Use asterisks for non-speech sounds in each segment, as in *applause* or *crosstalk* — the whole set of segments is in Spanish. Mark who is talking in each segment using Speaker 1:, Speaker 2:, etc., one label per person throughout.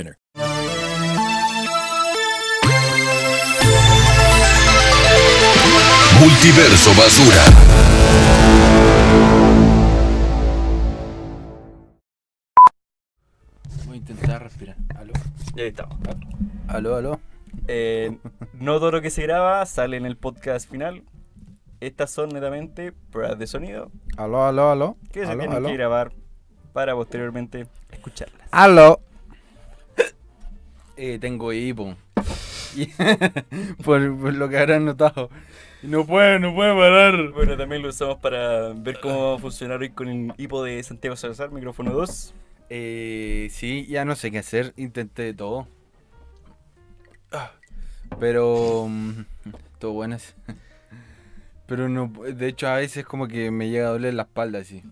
Speaker 1: Multiverso Basura.
Speaker 2: Voy a intentar respirar. Aló,
Speaker 3: Ya estamos.
Speaker 2: aló, aló. *laughs*
Speaker 3: Eh, no todo lo que se graba sale en el podcast final. Estas son netamente pruebas de sonido
Speaker 2: Aló, aló, aló.
Speaker 3: que se
Speaker 2: aló,
Speaker 3: tienen
Speaker 2: aló.
Speaker 3: que grabar para posteriormente escucharlas.
Speaker 2: Aló. *coughs* Eh, tengo hipo. *laughs* Y- por, por lo que habrán notado. No puede, no puede parar.
Speaker 3: Bueno, también lo usamos para ver cómo funcionar hoy con el hipo de Santiago Salazar, micrófono 2.
Speaker 2: Eh, sí, ya no sé qué hacer. Intenté de todo. Ah, Pero. mm, Todo buenas. *laughs* Pero no. De hecho, a veces como que me llega a doler la espalda así.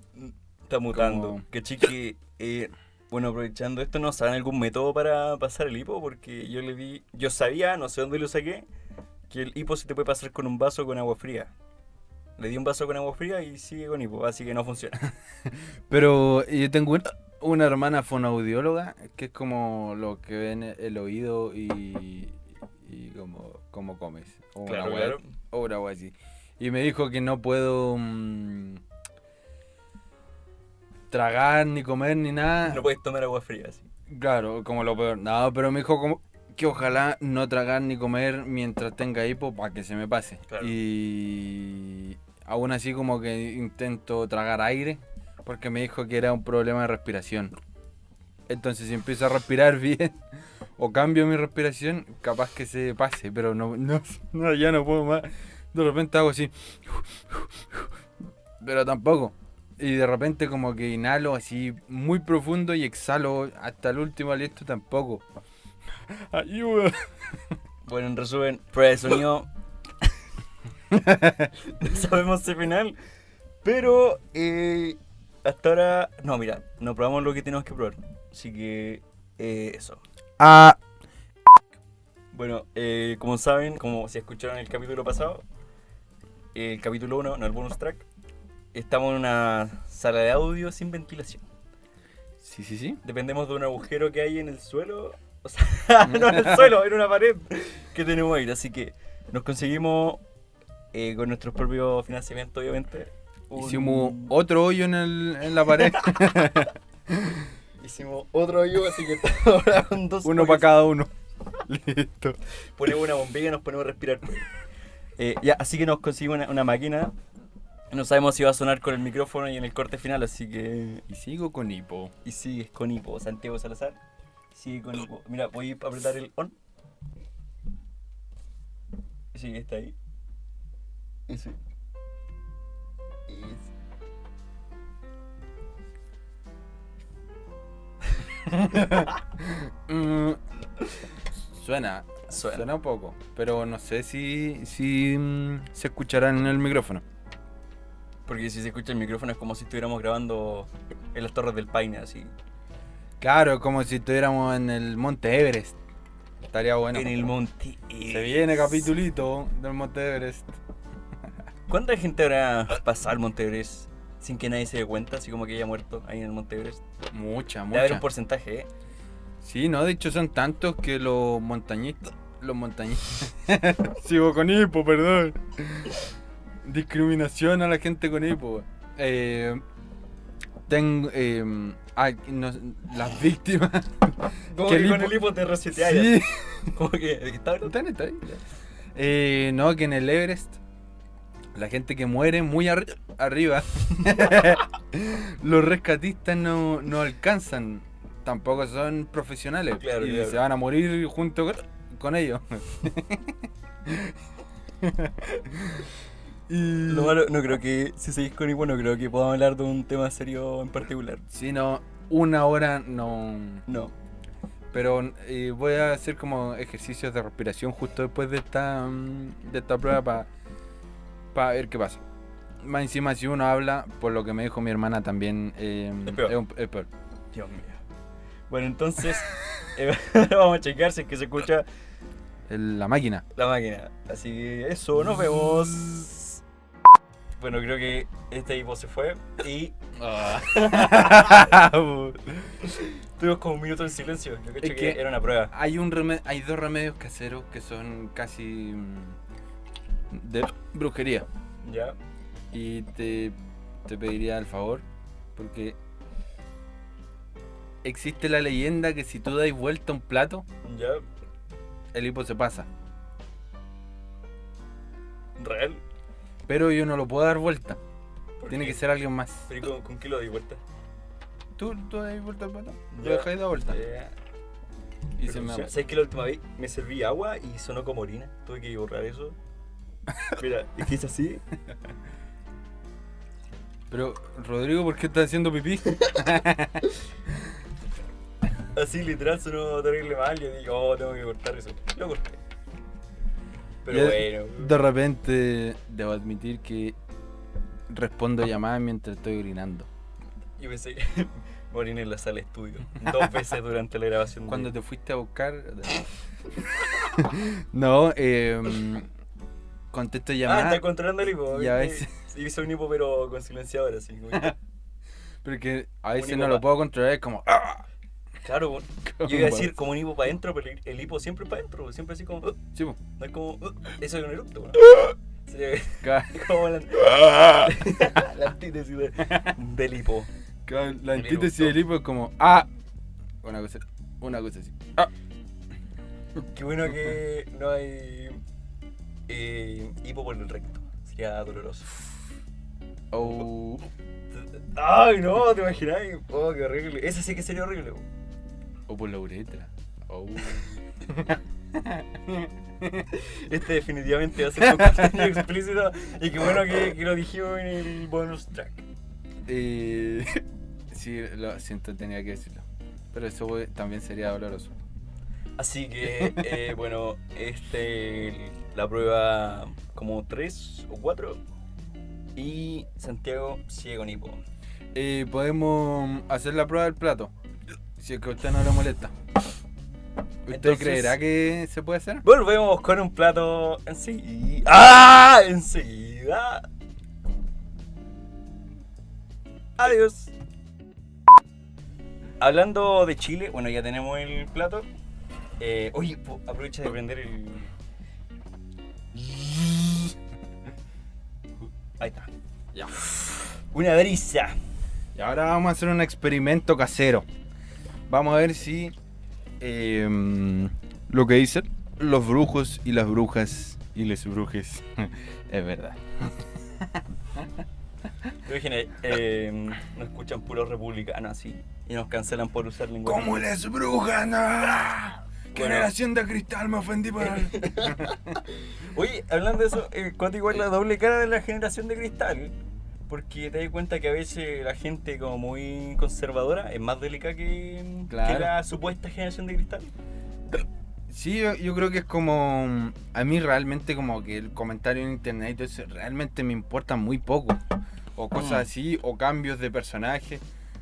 Speaker 3: Está mutando.
Speaker 2: Como-
Speaker 3: Que chique, eh, bueno, aprovechando esto, ¿no saben algún método para pasar el hipo? Porque yo le di, yo sabía, no sé dónde lo saqué, que el hipo se te puede pasar con un vaso con agua fría. Le di un vaso con agua fría y sigue con hipo, así que no funciona. *laughs*
Speaker 2: Pero eh, yo tengo un- una hermana fonoaudióloga, que es como lo que ven el oído y, y como, como comes. O una
Speaker 3: Claro,
Speaker 2: wea-
Speaker 3: claro.
Speaker 2: o una wea así. Y me dijo que no puedo mm, tragar, ni comer, ni nada.
Speaker 3: No puedes tomar agua fría, así.
Speaker 2: Claro, como lo peor. No, pero me dijo como que ojalá no tragar ni comer mientras tenga hipo para que se me pase.
Speaker 3: Claro.
Speaker 2: Y aún así como que intento tragar aire porque me dijo que era un problema de respiración. Entonces si empiezo a respirar *laughs* bien o cambio mi respiración, capaz que se pase, pero no, no, *laughs* no, ya no puedo más. De repente hago así, *laughs* pero tampoco. Y de repente como que inhalo así muy profundo y exhalo hasta el último aliento tampoco. *laughs* Ayuda.
Speaker 3: Bueno, en resumen, prueba de sonido. *laughs* no sabemos ese final, pero eh, hasta ahora, no, mira, no probamos lo que tenemos que probar. Así que eh, eso.
Speaker 2: Ah,
Speaker 3: Bueno, eh, como saben, como si escucharon el capítulo pasado, el capítulo 1, no el bonus track, estamos en una sala de audio sin ventilación.
Speaker 2: sí, sí, sí.
Speaker 3: Dependemos de un agujero que hay en el suelo. O sea, *laughs* no en el suelo, en una pared que tenemos aire. Así que nos conseguimos eh, con nuestros propios financiamientos, obviamente. un-
Speaker 2: Hicimos otro hoyo en, el, en la
Speaker 3: *laughs*
Speaker 2: pared,
Speaker 3: hicimos otro hoyo, así que *laughs* ahora con dos
Speaker 2: uno para
Speaker 3: hoyos.
Speaker 2: cada uno. *laughs* Listo.
Speaker 3: Ponemos una bombilla y nos ponemos a respirar. por ahí. *laughs* Eh, ya, así que nos conseguimos una, una máquina. No sabemos si va a sonar con el micrófono y en el corte final, así que.
Speaker 2: Y sigo con hipo.
Speaker 3: Y sigues con hipo, Santiago Salazar. Sigue con hipo. Mira, voy a apretar el on. Sí, está ahí. Eso.
Speaker 2: Mm, suena,
Speaker 3: Suena.
Speaker 2: suena, un poco, pero no sé si, si mm, se escuchará en el micrófono.
Speaker 3: Porque si se escucha el micrófono es como si estuviéramos grabando en las Torres del Paine, así.
Speaker 2: Claro, como si estuviéramos en el Monte Everest. Estaría bueno.
Speaker 3: en el monte.
Speaker 2: Se viene capitulito del Monte Everest.
Speaker 3: ¿Cuánta gente habrá pasado al Monte Everest sin que nadie se dé cuenta, así como que haya muerto ahí en el Monte Everest?
Speaker 2: Mucha,
Speaker 3: Debe haber un
Speaker 2: mucha.
Speaker 3: porcentaje, ¿eh?
Speaker 2: Sí, no, de hecho son tantos que los montañistas. Los montañistas. *laughs* Sigo con hipo, perdón. Discriminación a la gente con hipo. Eh, tengo, eh, Ah, no- las víctimas.
Speaker 3: Como
Speaker 2: Que
Speaker 3: que
Speaker 2: el
Speaker 3: con
Speaker 2: hipo-
Speaker 3: el hipo te reseteas.
Speaker 2: sí.
Speaker 3: Como que está
Speaker 2: Está bien, está bien. Eh, no, que en el Everest la gente que muere muy arri- arriba, *laughs* los rescatistas no, no alcanzan. Tampoco son profesionales
Speaker 3: Claro,
Speaker 2: y
Speaker 3: claro.
Speaker 2: se van a morir junto con, con
Speaker 3: *laughs*
Speaker 2: ellos. *laughs* Y-
Speaker 3: Lo malo, no creo que, si seguís con hipo, no creo que podamos hablar de un tema serio en particular.
Speaker 2: Si no, una hora no.
Speaker 3: No.
Speaker 2: Pero eh, voy a hacer como ejercicios de respiración justo después de esta, mm, de esta prueba para ver qué pasa. Más encima, si uno habla, por lo que me dijo mi hermana también, eh,
Speaker 3: Es peor.
Speaker 2: un- es peor.
Speaker 3: Dios mío. Bueno, entonces, *laughs* eh, vamos a checar si es que se escucha
Speaker 2: El- La máquina.
Speaker 3: la máquina. Así que eso, nos vemos. Bueno, creo que este hipo se fue y. ah.
Speaker 2: *laughs*
Speaker 3: Tuvimos como un minuto en silencio. Yo cacho
Speaker 2: Es
Speaker 3: que,
Speaker 2: que-
Speaker 3: era una prueba.
Speaker 2: Hay, un reme- hay dos remedios caseros que son casi mm, de brujería.
Speaker 3: Ya.
Speaker 2: Y te, te pediría el favor, porque existe la leyenda que si tú dais vuelta a un plato,
Speaker 3: Ya.
Speaker 2: el hipo se pasa.
Speaker 3: Real.
Speaker 2: Pero yo no lo puedo dar vuelta.
Speaker 3: ¿Por
Speaker 2: Tiene
Speaker 3: qué?
Speaker 2: que ser alguien más.
Speaker 3: Pero ¿y ¿con, con qué lo di vuelta?
Speaker 2: Tú, tú dais vuelta al plato.
Speaker 3: Ya.
Speaker 2: Lo dejáis dar vuelta.
Speaker 3: Ya.
Speaker 2: Y
Speaker 3: Pero,
Speaker 2: se me
Speaker 3: o sea, ¿Sabes que la última vez me serví agua y sonó como orina? Tuve que borrar eso. Mira, es que es así.
Speaker 2: Pero, Rodrigo, ¿por qué estás haciendo pipí?
Speaker 3: Así literal sonó terrible mal. Yo dije, oh, tengo que cortar eso. Lo corté.
Speaker 2: *laughs*
Speaker 3: Pero
Speaker 2: Ya,
Speaker 3: bueno.
Speaker 2: De repente, debo admitir que
Speaker 3: Ah.
Speaker 2: respondo llamadas mientras estoy orinando.
Speaker 3: Yo pensé *laughs* que me oriné en la sala de estudio. Dos veces durante la grabación. de-
Speaker 2: Cuando te fuiste a buscar.
Speaker 3: *laughs*
Speaker 2: no, eh, contesto
Speaker 3: Ah,
Speaker 2: llamadas.
Speaker 3: está controlando el hipo.
Speaker 2: Ya
Speaker 3: ¿viste? *laughs* Y Hice un hipo pero con silenciador así. como que-
Speaker 2: Porque a
Speaker 3: Un
Speaker 2: veces
Speaker 3: hipo
Speaker 2: no
Speaker 3: pa-
Speaker 2: lo puedo controlar, es como. "Ah".
Speaker 3: Claro, bueno, yo iba a decir como un hipo para adentro, pero el- el hipo siempre para adentro. Siempre así como... "Uh",
Speaker 2: Sí, po.
Speaker 3: no es como... "Uh", eso es un eructo. bueno. Sería-
Speaker 2: Cada-
Speaker 3: *laughs* Como la, *laughs* la antítesis de- del hipo.
Speaker 2: cada- La
Speaker 3: Un
Speaker 2: antítesis
Speaker 3: eructo.
Speaker 2: del hipo es como. ¡Ah! Una cosa, una cosa así. "Ah".
Speaker 3: Qué bueno que no hay eh, hipo por el recto. Sería doloroso.
Speaker 2: Oh.
Speaker 3: Ay, no, te imaginas. Oh, qué horrible. Ese sí que sería horrible. po.
Speaker 2: O por la uretra. *laughs* Oh.
Speaker 3: Este definitivamente va a ser un contenido *laughs* explícito. Y qué bueno que, que lo dijimos en el bonus track.
Speaker 2: Eh, *laughs* sí, lo siento, tenía que decirlo. Pero eso güey, también sería doloroso.
Speaker 3: Así que, eh, bueno, este, la prueba como 3 o 4. Y Santiago sigue con hipo.
Speaker 2: Eh, podemos hacer la prueba del plato. Si es que a usted no le molesta. ¿Usted
Speaker 3: Entonces-
Speaker 2: creerá que se puede hacer?
Speaker 3: Volvemos con un plato enseguida. ¡Ah! Enseguida. Adiós. Hablando de Chile, bueno, ya tenemos el plato. Eh, oye, po- aprovecha de prender el. Ahí está.
Speaker 2: Ya.
Speaker 3: Una brisa.
Speaker 2: Y ahora vamos a hacer un experimento casero. Vamos a ver si em, lo que dicen los brujos y las brujas y les brujes *laughs* es verdad.
Speaker 3: Imagina, eh, nos escuchan puros republicanos así y nos cancelan por usar lengua.
Speaker 2: ¿Cómo les brujas?
Speaker 3: Bueno.
Speaker 2: Generación de cristal, me ofendí para.
Speaker 3: Oye, hablando de eso, el cuático es la doble cara de la generación de cristal. Porque te das cuenta que a veces la gente como muy conservadora es más delicada que, que
Speaker 2: Claro.
Speaker 3: la supuesta generación de cristal.
Speaker 2: *laughs* Sí, yo, yo creo que es como. A mí realmente, como que el comentario en internet y todo eso, realmente me importa muy poco. O cosas
Speaker 3: Mm.
Speaker 2: así, o cambios de personaje.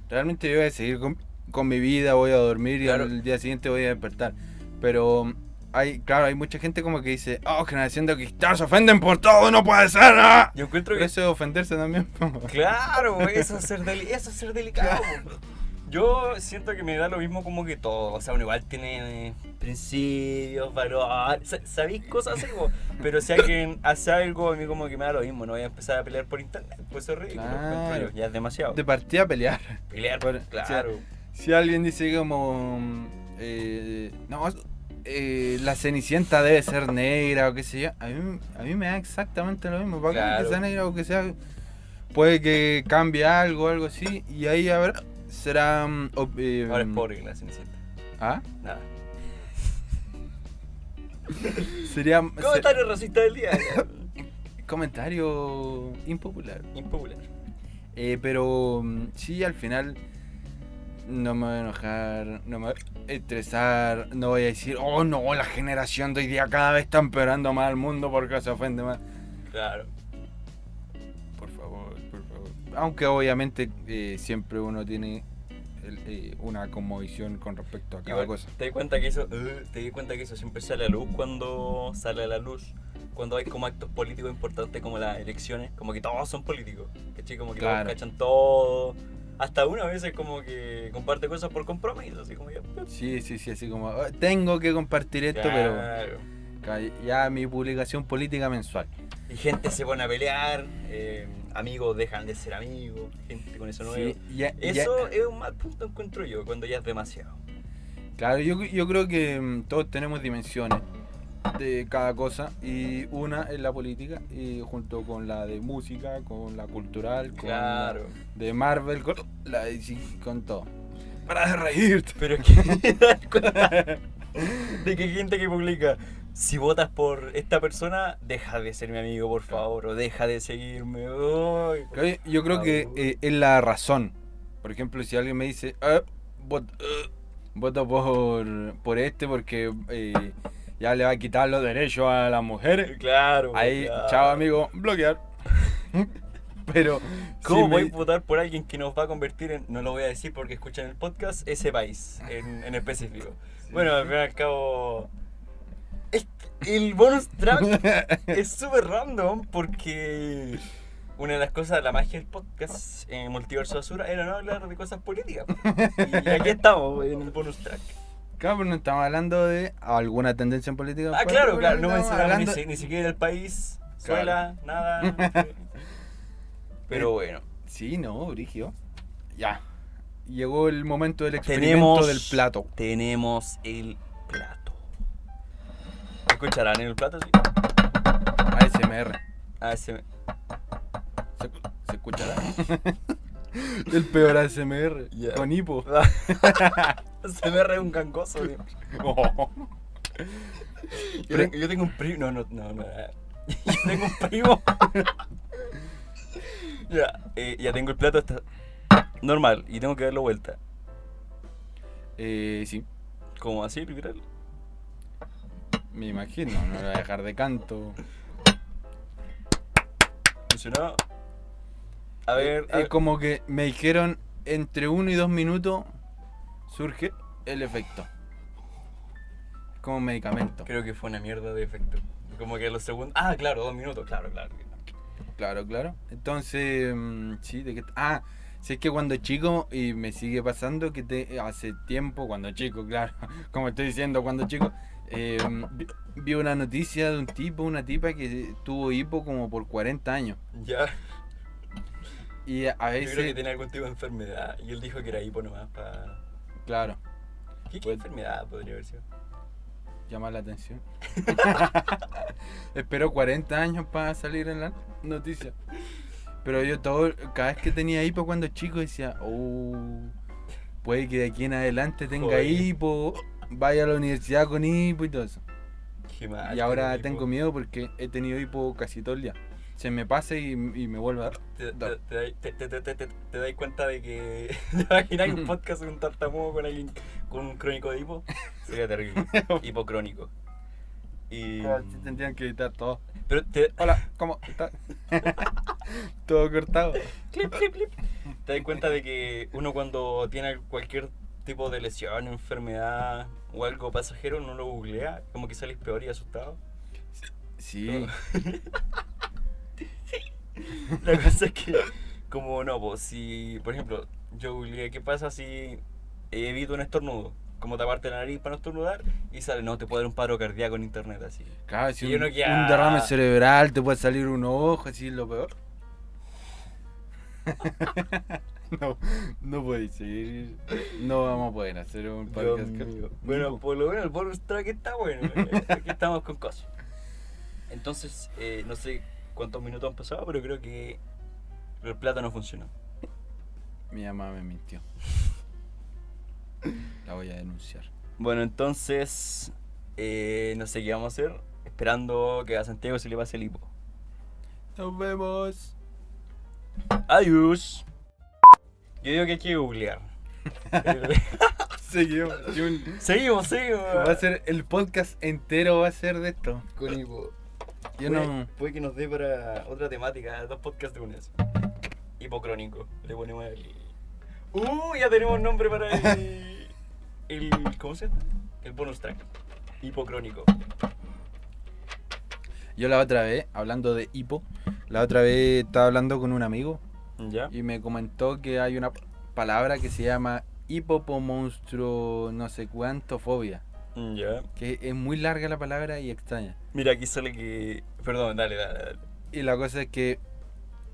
Speaker 2: Realmente yo voy a seguir con, con mi vida, voy a dormir
Speaker 3: Claro.
Speaker 2: y al día siguiente voy a despertar. Pero. Hay, claro, hay mucha gente como que dice, oh, generación de cristal, se ofenden por todo, no puede ser, ah".
Speaker 3: Yo encuentro
Speaker 2: Pero
Speaker 3: que...
Speaker 2: eso es ofenderse también. *laughs*
Speaker 3: Claro, eso es ser, deli- eso es ser delicado. Yo siento que me da lo mismo como que todo. O sea, uno igual tiene eh, principios, valores, sa- sabéis cosas así, como, pero si alguien hace algo, a mí como que me da lo mismo. No voy a empezar a pelear por internet, pues eso es ridículo.
Speaker 2: Claro.
Speaker 3: encuentro yo, Ya es demasiado.
Speaker 2: de partida a pelear.
Speaker 3: Pelear,
Speaker 2: Por-
Speaker 3: claro.
Speaker 2: o sea, Si alguien dice como... mm, eh, no, eh, la Cenicienta debe ser negra o qué sé yo. A mí, a mí me da exactamente lo mismo. Para
Speaker 3: Claro.
Speaker 2: que sea negra o que sea... Puede que cambie algo, algo así. Y ahí a ver... Será... mm, op- eh,
Speaker 3: Ahora es pobre que la Cenicienta.
Speaker 2: ¿Ah?
Speaker 3: Nada.
Speaker 2: Sería... se-
Speaker 3: Comentario racista del día. *laughs*
Speaker 2: comentario impopular.
Speaker 3: Impopular.
Speaker 2: Eh, pero mm, sí, al final no me voy a enojar, no me voy a estresar, no voy a decir, oh no, la generación de hoy día cada vez está empeorando más al mundo porque se ofende más.
Speaker 3: Claro.
Speaker 2: Por favor, por favor. Aunque obviamente eh, siempre uno tiene el- eh, una conmovisión con respecto a cada
Speaker 3: Igual,
Speaker 2: cosa.
Speaker 3: Te di cuenta que eso, eh, te di cuenta que eso siempre sale a la luz cuando sale a la luz. Cuando hay como actos políticos importantes como las elecciones, como que todos son políticos. ¿Cachai? Como que
Speaker 2: Claro.
Speaker 3: todos cachan todo. Hasta una vez es como que comparte cosas por compromiso, así como ya.
Speaker 2: Sí, sí, sí, así como, "Oh, tengo que compartir esto,
Speaker 3: Claro.
Speaker 2: pero ca- ya mi publicación política mensual.
Speaker 3: Y gente se pone a pelear, eh, amigos dejan de ser amigos, gente con eso nuevo.
Speaker 2: Sí, ya- ya-
Speaker 3: Eso es un mal punto encuentro yo, cuando ya es demasiado.
Speaker 2: Claro, yo, yo creo que mm, todos tenemos dimensiones de cada cosa y una es la política y junto con la de música, con la cultural, con
Speaker 3: Claro.
Speaker 2: la de Marvel, con la de sí, con todo. Para de reírte.
Speaker 3: Pero es que *laughs* te das cuenta de que hay gente que publica, si votas por esta persona, deja de ser mi amigo, por favor, o deja de seguirme. Uy, por
Speaker 2: Creo- Yo creo que
Speaker 3: favor.
Speaker 2: eh, es la razón. Por ejemplo, si alguien me dice, "Ah, vot- eh, voto por, por este porque eh, ya le va a quitar los derechos a las mujeres,
Speaker 3: Claro.
Speaker 2: eh, ahí,
Speaker 3: claro.
Speaker 2: chao amigo, bloquear. *laughs* Pero
Speaker 3: ¿Cómo
Speaker 2: si me-
Speaker 3: voy a votar por alguien que nos va a convertir en, no lo voy a decir porque escuchan el podcast, ese país en, en específico? Bueno, al fin y al cabo, es que el
Speaker 2: *laughs*
Speaker 3: bonus track es súper random porque una de las cosas, la magia del podcast eh, Multiverso Azura era no hablar de cosas políticas. Y aquí estamos en el bonus track.
Speaker 2: Claro, pero no estamos hablando de alguna tendencia en política.
Speaker 3: Ah,
Speaker 2: pero
Speaker 3: claro, claro, no
Speaker 2: estamos
Speaker 3: mencionamos ni,
Speaker 2: hablando-
Speaker 3: si- ni siquiera el país,
Speaker 2: Claro.
Speaker 3: suela,
Speaker 2: *laughs*
Speaker 3: nada. Pero bueno.
Speaker 2: Sí, no, Brigio. Ya. Llegó el momento del experimento
Speaker 3: Tenemos
Speaker 2: del plato.
Speaker 3: Tenemos el plato. ¿Escucharán en el plato? Sí.
Speaker 2: ASMR.
Speaker 3: Ah, *laughs* ese-
Speaker 2: Se, se escuchará. *laughs* el peor ASMR.
Speaker 3: Ya. Ah.
Speaker 2: Con hipo.
Speaker 3: Se me re un gangoso. *laughs* tío. Yo,
Speaker 2: Pre-
Speaker 3: tengo- yo tengo un primo. No, no, no, no. eh. *laughs* Yo tengo un primo. *laughs* ya, eh, ya tengo el plato. Está normal. Y tengo que darlo vuelta.
Speaker 2: eh, sí.
Speaker 3: Como así, literal.
Speaker 2: Me imagino, no lo voy a dejar de canto.
Speaker 3: Funcionó. A ver.
Speaker 2: Es
Speaker 3: a ver.
Speaker 2: como que me dijeron entre uno y dos minutos surge el efecto. Como medicamento.
Speaker 3: Creo que fue una mierda de efecto. Como que los segundos. Ah, claro, dos minutos. Claro, claro.
Speaker 2: Claro, claro. Entonces, mm, sí, de que... Ah, si es que cuando chico, y me sigue pasando, que te, hace tiempo, cuando chico, *laughs* claro, como estoy diciendo, cuando chico, eh, vi, vi una noticia de un tipo, una tipa que tuvo hipo como por 40 años.
Speaker 3: Ya.
Speaker 2: Y a
Speaker 3: Yo creo que
Speaker 2: veces,
Speaker 3: tiene algún tipo de enfermedad y él dijo que era hipo nomás para...
Speaker 2: claro,
Speaker 3: ¿Qué, qué
Speaker 2: Pues-
Speaker 3: enfermedad podría haber sido?
Speaker 2: llama la atención. *laughs* Esperó 40 años para salir en la noticia. Pero yo todo, cada vez que tenía hipo cuando chico decía, oh, puede que de aquí en adelante tenga
Speaker 3: Joder.
Speaker 2: hipo, vaya a la universidad con hipo y todo eso.
Speaker 3: Qué mal,
Speaker 2: y ahora
Speaker 3: Ah, hipo.
Speaker 2: tengo miedo porque he tenido hipo casi todo el día. Se me pasa y, y me vuelve a dar.
Speaker 3: Te, te, te dai- te- te- te- te- te- te dais cuenta de que *laughs* te
Speaker 2: *laughs*
Speaker 3: imagináis un podcast de un tartamudo con alguien con un crónico de hipo. Sería terrible. *laughs* Hipocrónico. Y...
Speaker 2: Sí, Tendrían que editar todo.
Speaker 3: Pero te,
Speaker 2: Hola, ¿cómo está? *laughs* todo cortado.
Speaker 3: clip, clip, clip. Te das cuenta de que uno cuando tiene cualquier tipo de lesión, enfermedad o algo pasajero, no lo googlea, como que sales peor y asustado.
Speaker 2: Sí,
Speaker 3: La cosa es que, como no, pues si, por ejemplo, yo googleé, ¿qué pasa si evito un estornudo? Como taparte la nariz para no estornudar y sale, no, te puede dar un paro cardíaco en internet así.
Speaker 2: claro, si
Speaker 3: Y
Speaker 2: un,
Speaker 3: uno queda-
Speaker 2: un derrame cerebral te puede salir un ojo, así es lo peor. *laughs* No, no puede ser. No vamos a poder hacer un
Speaker 3: Dios
Speaker 2: podcast. con-
Speaker 3: mío. Bueno, por lo menos el bonus track está bueno. eh, Aquí estamos con cosas. Entonces, eh, no sé cuántos minutos han pasado, pero creo que el plata no funcionó.
Speaker 2: Mi mamá me mintió. La voy a denunciar.
Speaker 3: Bueno, entonces, eh, no sé qué vamos a hacer. Esperando que a Santiago se le pase el hipo.
Speaker 2: Nos vemos. *laughs*
Speaker 3: Adiós. Yo digo que hay que *laughs* googlear.
Speaker 2: Seguimos. Y un-
Speaker 3: seguimos, seguimos.
Speaker 2: Va a ser el podcast entero va a ser de esto.
Speaker 3: con hipo.
Speaker 2: Yo
Speaker 3: puede,
Speaker 2: no.
Speaker 3: puede que nos dé para otra temática, dos podcasts de unas. Hipocrónico. Le ponemos el. ¡Uh! Ya tenemos nombre para el. el ¿Cómo se llama? El bonus track. Hipocrónico.
Speaker 2: Yo la otra vez, hablando de hipo, la otra vez estaba hablando con un amigo
Speaker 3: ¿Ya?
Speaker 2: y me comentó que hay una palabra que se llama hipopomonstruo no sé cuánto fobia.
Speaker 3: Ya.
Speaker 2: Que es muy larga la palabra y extraña.
Speaker 3: Mira, aquí sale que. Perdón, dale, dale, dale.
Speaker 2: Y la cosa es que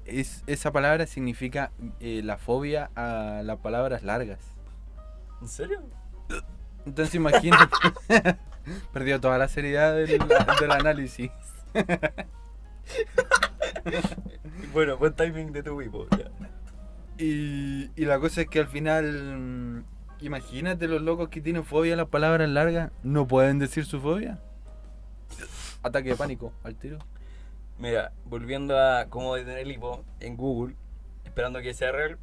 Speaker 2: es, esa palabra significa eh, la fobia a las palabras largas.
Speaker 3: ¿En serio?
Speaker 2: Entonces imagínate. *laughs* Perdió toda la seriedad del, del análisis.
Speaker 3: Bueno, buen timing de tu hipo. ya.
Speaker 2: Y, y la cosa es que al final. mm, Imagínate los locos que tienen fobia a las palabras largas. No pueden decir su fobia. Ataque de pánico al tiro.
Speaker 3: Mira, volviendo a cómo detener el hipo en Google, esperando que sea real.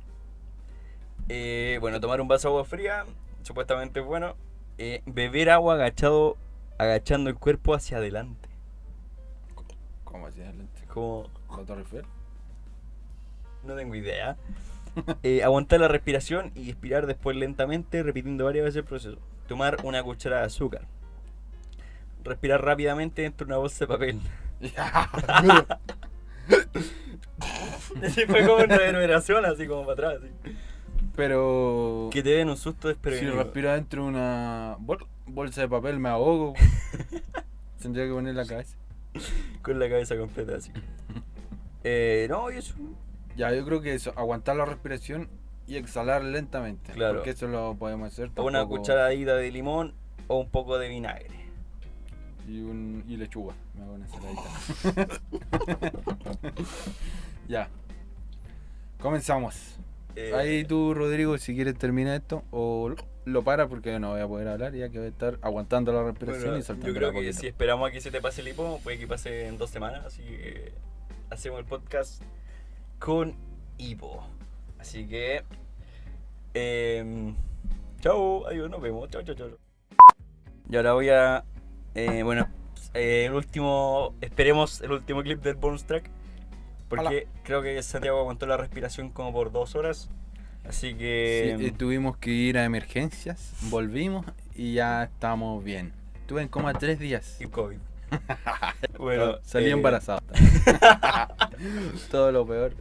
Speaker 3: Eh, bueno, tomar un vaso de agua fría, supuestamente es bueno. Eh, beber agua agachado, agachando el cuerpo hacia adelante.
Speaker 2: ¿Cómo hacías
Speaker 3: Es como,
Speaker 2: ¿La Torre Eiffel?
Speaker 3: no tengo idea. Eh, aguantar la respiración y expirar después lentamente, repitiendo varias veces el proceso. Tomar una cucharada de azúcar. Respirar rápidamente dentro de una bolsa de papel. *laughs* Así fue como una reverberación, así como para atrás. así.
Speaker 2: Pero.
Speaker 3: Que te den un susto
Speaker 2: Si
Speaker 3: *laughs* desprevenido.
Speaker 2: respiro dentro de una bol- bolsa de papel me ahogo.
Speaker 3: *laughs*
Speaker 2: Tendría que poner la cabeza.
Speaker 3: Con la cabeza
Speaker 2: *laughs*
Speaker 3: completa así. Eh, no, y eso.
Speaker 2: Ya, yo creo que eso, aguantar la respiración y exhalar lentamente.
Speaker 3: Claro.
Speaker 2: Porque eso lo podemos hacer.
Speaker 3: O una
Speaker 2: tampoco-
Speaker 3: cucharadita de limón o un poco de vinagre.
Speaker 2: Y, un, y lechuga. Me hago una ensaladita.
Speaker 3: *laughs*
Speaker 2: *laughs* ya. Comenzamos.
Speaker 3: Eh,
Speaker 2: Ahí tú, Rodrigo, si quieres termina esto o lo- lo para porque no voy a poder hablar ya que voy a estar aguantando la respiración
Speaker 3: bueno,
Speaker 2: y saltando
Speaker 3: yo creo que si esperamos a que se te pase el hipo, puede que pase en dos semanas. Así que hacemos el podcast con hipo. Así que. em, chau, adiós, nos vemos. Chau, chau, chau. Y ahora voy a. eh, bueno, eh, el último. Esperemos el último clip del bonus track. Porque creo que Santiago aguantó la respiración como por dos horas. Así que. em,
Speaker 2: Sí, eh, tuvimos que ir a emergencias, volvimos y ya estamos bien. Estuve en coma tres días. *laughs*
Speaker 3: y COVID. bueno,
Speaker 2: Salí
Speaker 3: eh, *laughs*
Speaker 2: embarazada. *laughs* Todo lo peor.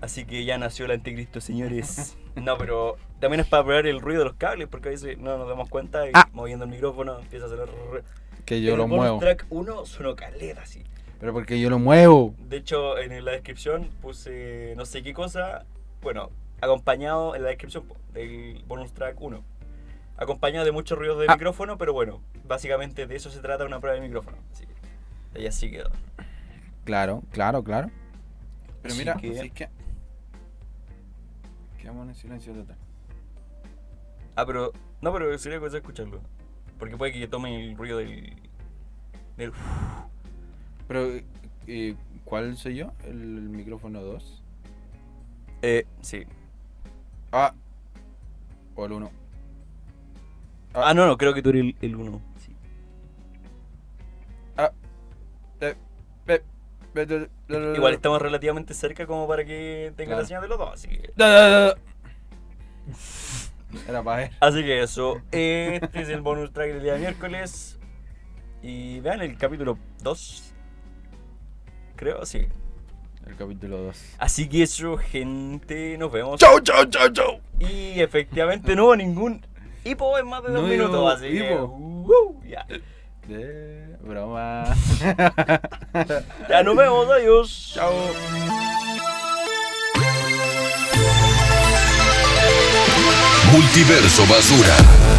Speaker 3: Así que ya nació el anticristo, señores. No, pero también es para probar el ruido de los cables, porque a veces no nos damos cuenta y
Speaker 2: Ah.
Speaker 3: moviendo el micrófono empieza a sonar.
Speaker 2: Que yo
Speaker 3: En
Speaker 2: lo
Speaker 3: el bonus
Speaker 2: muevo.
Speaker 3: track 1 sonó caleta, así.
Speaker 2: Pero porque yo lo muevo.
Speaker 3: De hecho, en la descripción puse no sé qué cosa, bueno, acompañado en la descripción po, del bonus track 1. Acompañado de muchos ruidos de
Speaker 2: Ah.
Speaker 3: micrófono, pero bueno, básicamente de eso se trata una prueba de micrófono. Así que, y así quedó.
Speaker 2: Claro, claro, claro. Pero
Speaker 3: Así
Speaker 2: mira,
Speaker 3: que-
Speaker 2: así que... Quedamos en silencio total.
Speaker 3: Ah, pero. No, pero sería cosa escucharlo. Porque puede que tome el ruido del. del.
Speaker 2: Pero, eh, ¿cuál soy yo? ¿El micrófono 2?
Speaker 3: Eh, sí.
Speaker 2: Ah. O el 1.
Speaker 3: Ah, no, no, creo que tú eres el 1. Sí.
Speaker 2: Eh,
Speaker 3: Igual estamos relativamente cerca como para que tenga
Speaker 2: Claro.
Speaker 3: la señal de los dos, así que.
Speaker 2: Era para ver.
Speaker 3: Así que eso. Este es el bonus track del día de miércoles. Y vean el capítulo 2. Creo, sí.
Speaker 2: El capítulo 2.
Speaker 3: Así que eso, gente, nos vemos.
Speaker 2: Chau, chau, chau, chau.
Speaker 3: Y efectivamente no hubo ningún hipo en más de dos
Speaker 2: No hubo
Speaker 3: minutos, así que,
Speaker 2: hipo.
Speaker 3: uh, ya.
Speaker 2: De broma. *laughs*
Speaker 3: Ya nos vemos, adiós.
Speaker 2: chau.
Speaker 1: Multiverso Basura.